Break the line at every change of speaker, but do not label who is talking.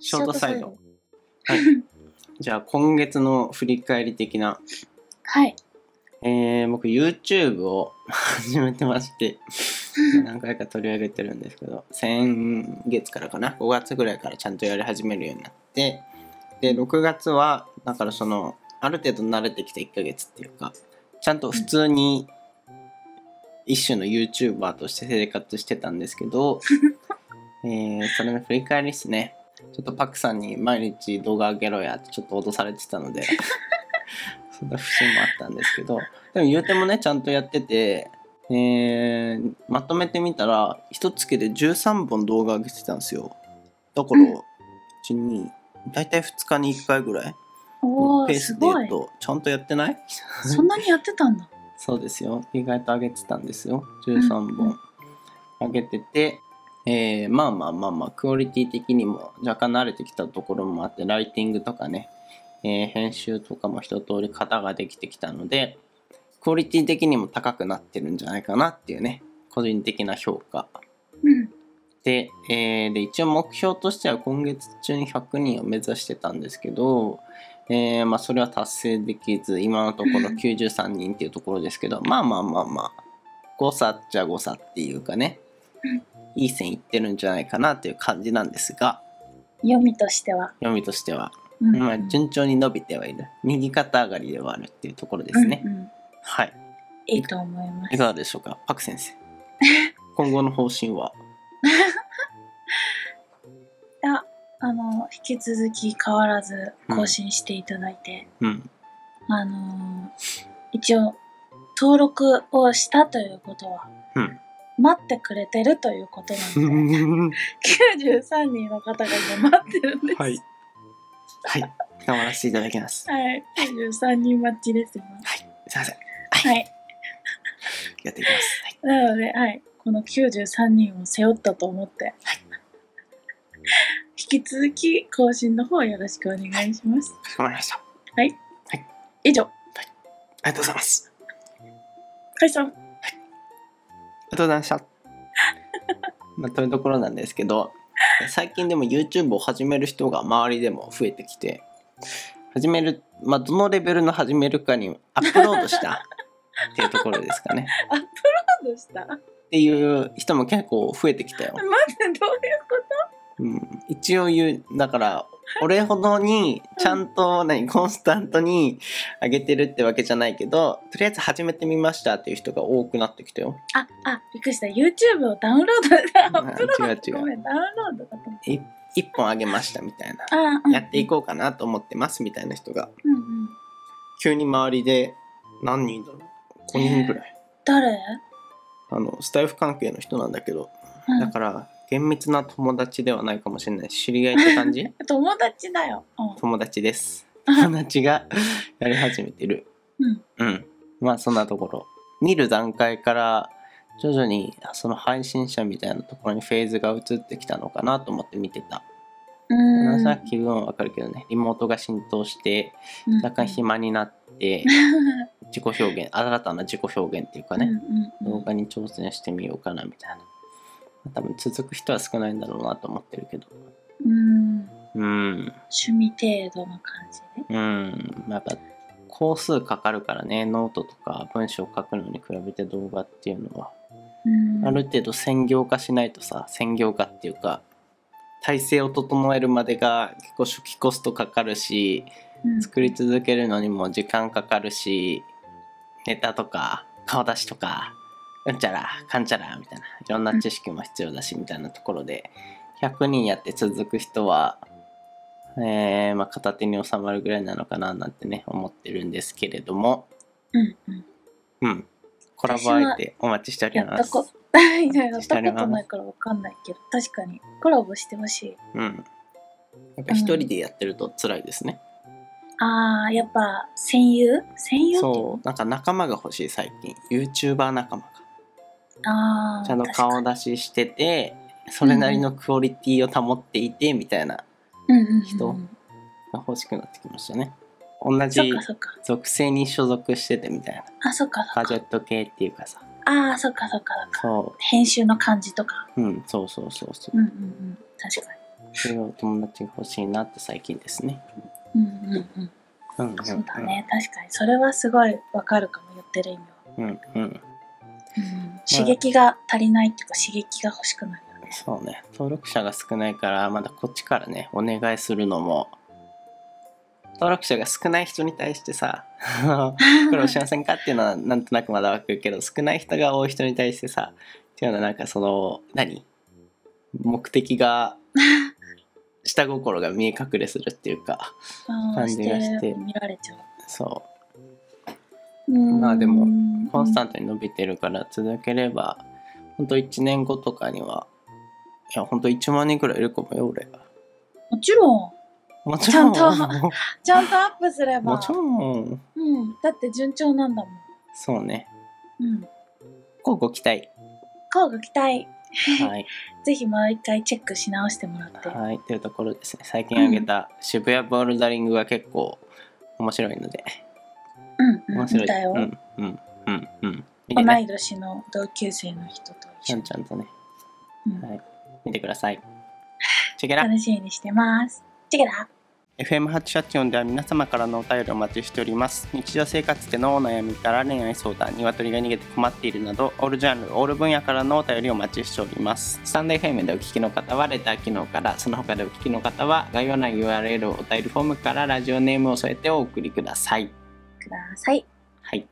ショートサイド。
はい。
じゃあ今月の振り返り的な。
はい。
えー、僕 YouTube を 始めてまして何回か取り上げてるんですけど、先月からかな、5月ぐらいからちゃんとやり始めるようになって、で、6月は、だからその、ある程度慣れてきた1ヶ月っていうか、ちゃんと普通に一種の YouTuber として生活してたんですけど、えー、それの振り返りですね。ちょっとパクさんに毎日動画上げろやってちょっと脅されてたのでそんな不審もあったんですけど、でも言うてもね、ちゃんとやってて、えー、まとめてみたら、一月で13本動画上げてたんですよ。だから、1、2、大体2日に1回ぐらい。
お
ペースで言うとちゃんとやってない
そんなにやってたんだ
そうですよ意外と上げてたんですよ13本上げてて、えー、まあまあまあまあクオリティ的にも若干慣れてきたところもあってライティングとかね、えー、編集とかも一通り型ができてきたのでクオリティ的にも高くなってるんじゃないかなっていうね個人的な評価、
うん、
で,、えー、で一応目標としては今月中に100人を目指してたんですけどえー、まあ、それは達成できず今のとこ ろ93人っていうところですけど、まあまあまあまあ誤差っちゃ誤差っていうかねいい線いってるんじゃないかなっていう感じなんですが
読みとしては
読みとしては、うんうん、まあ、順調に伸びてはいる右肩上がりではあるっていうところですね、
うんうん、
はい
いいと思います
いかがでしょうかパク先 生今後の方針は
ああの引き続き変わらず更新していただいて、
うん、
あのー、一応登録をしたということは、
うん、
待ってくれてるということな ので93人の方が今待ってるんです。
はい、はい、頑張らせていただきます。
はい、93人待ちですよ、ね。
はい、すいません。
はい、
やっていきます。
はい、なので、はい、この93人を背負ったと思って。
はい
引き続き更新の方よろしくお願いします。
わかりました。
はい。
はい。
以上。はい。
ありがとうございます。
解散。はい。
ありがとうございました。 まあ、というところなんですけど、最近でも YouTube を始める人が周りでも増えてきて、始める、まあ、どのレベルの始めるかにアップロードしたっていうところですかね。
アップロードした
っていう人も結構増えてきたよ。
待って、どういうこと
うん、一応言うだから俺ほどにちゃんと何、コンスタントに上げてるってわけじゃないけどとりあえず始めてみましたっていう人が多くなってきたよ
ああびっくりした YouTube をダウンロードアップロ
ード
違う違うごめんダウンロードだと思って
1本上げましたみたいな
あ、うん、
やっていこうかなと思ってますみたいな人が、
うんうん、
急に周りで何人だろう5人ぐらい、えー、
誰
あのスタイフ関係の人なんだけど、うん、だから厳密な友達ではないかもしれない知り合いって感じ
友達だよ、うん、
友達です友達がやり始めてる
うん、
うん、まあそんなところ見る段階から徐々にその配信者みたいなところにフェーズが移ってきたのかなと思って見てた
うん
さ気分はわかるけどねリモートが浸透して若干暇になって、うん、自己表現新たな自己表現っていうかね、
うんうんうん、
動画に挑戦してみようかなみたいな多分続く人は少ないんだろうなと思ってるけど
うん
うん
趣味程度の感じで、ね、
うんまあやっぱ工数かかるからねノートとか文章書くのに比べて動画っていうのはある程度専業化しないとさ専業化っていうか体制を整えるまでが結構初期コストかかるし、
うん、
作り続けるのにも時間かかるしネタとか顔出しとかうんちゃらかんちゃらみたいないろんな知識も必要だし、みたいなところで100人やって続く人は、えー、まあ、片手に収まるぐらいなのかななんてね思ってるんですけれども
うんうん、
うん、コラボ相手お待ちしております
や ったことないから分かんないけど確かにコラボしてほしい
うんやっぱ一人でやってると辛いですね、
うん、ああやっぱ戦友戦友
そうなんか仲間が欲しい最近 YouTuber 仲間が
あ
ちゃんと顔出ししててそれなりのクオリティを保っていて、うん、みたいな人が欲しくなってきましたね。同じ属性に所属しててみたいな
あそっか
ガジェット系っていうかさ
あそっかそっかそっか
そう
編集の感じとか
うんそうそうそうそう
うんうんうん確かに
それを友達が欲しいなって最近ですね。
うんうんうん。
うんうんうん
そうだね。確かに。それはすごいわかるかも、言ってる意味は。
うんうん。
うん、刺激が足りないっていうか、刺激が欲しくなるよね。
そうね。登録者が少ないから、まだこっちからね、お願いするのも、登録者が少ない人に対してさ、苦労しませんかっていうのはなんとなくまだわかるけど少ない人が多い人に対してさっていうのはなんかその何目的が下心が見え隠れするっていうか
あー
感じがして
見られちゃ。
そう
うん
まあでもうコンスタントに伸びてるから続ければほんと1年後とかにはいやほんと1万人くらいいるかもよ俺が
もちろん。
もちろん
ちゃんちゃんとアップすれば。
もちろん
うん。だって順調なんだもん。
そうね
うん。
こうご期 待
顔が期待。
はい
ぜひもう一回チェックし直してもらって。
はい、というところですね。最近あげた渋谷ボルダリングが結構面白いので、
うん、うん。
面白い。
見たよ。
うん、うん、うん、うん。見
同
てね。
い年の同級生の人と
ちゃ
一緒
ん
に、
ちゃんとね、
うん
はい見てくださ い。チェケラ
楽しみにしてます。チェケラ
FM884 では皆様からのお便りをお待ちしております。日常生活でのお悩みから恋愛相談、鶏が逃げて困っているなど、オールジャンル、オール分野からのお便りをお待ちしております。スタンド FM でお聞きの方はレター機能から、その他でお聞きの方は概要欄 URL をお便りフォームからラジオネームを添えてお送りください。
ください。
はい。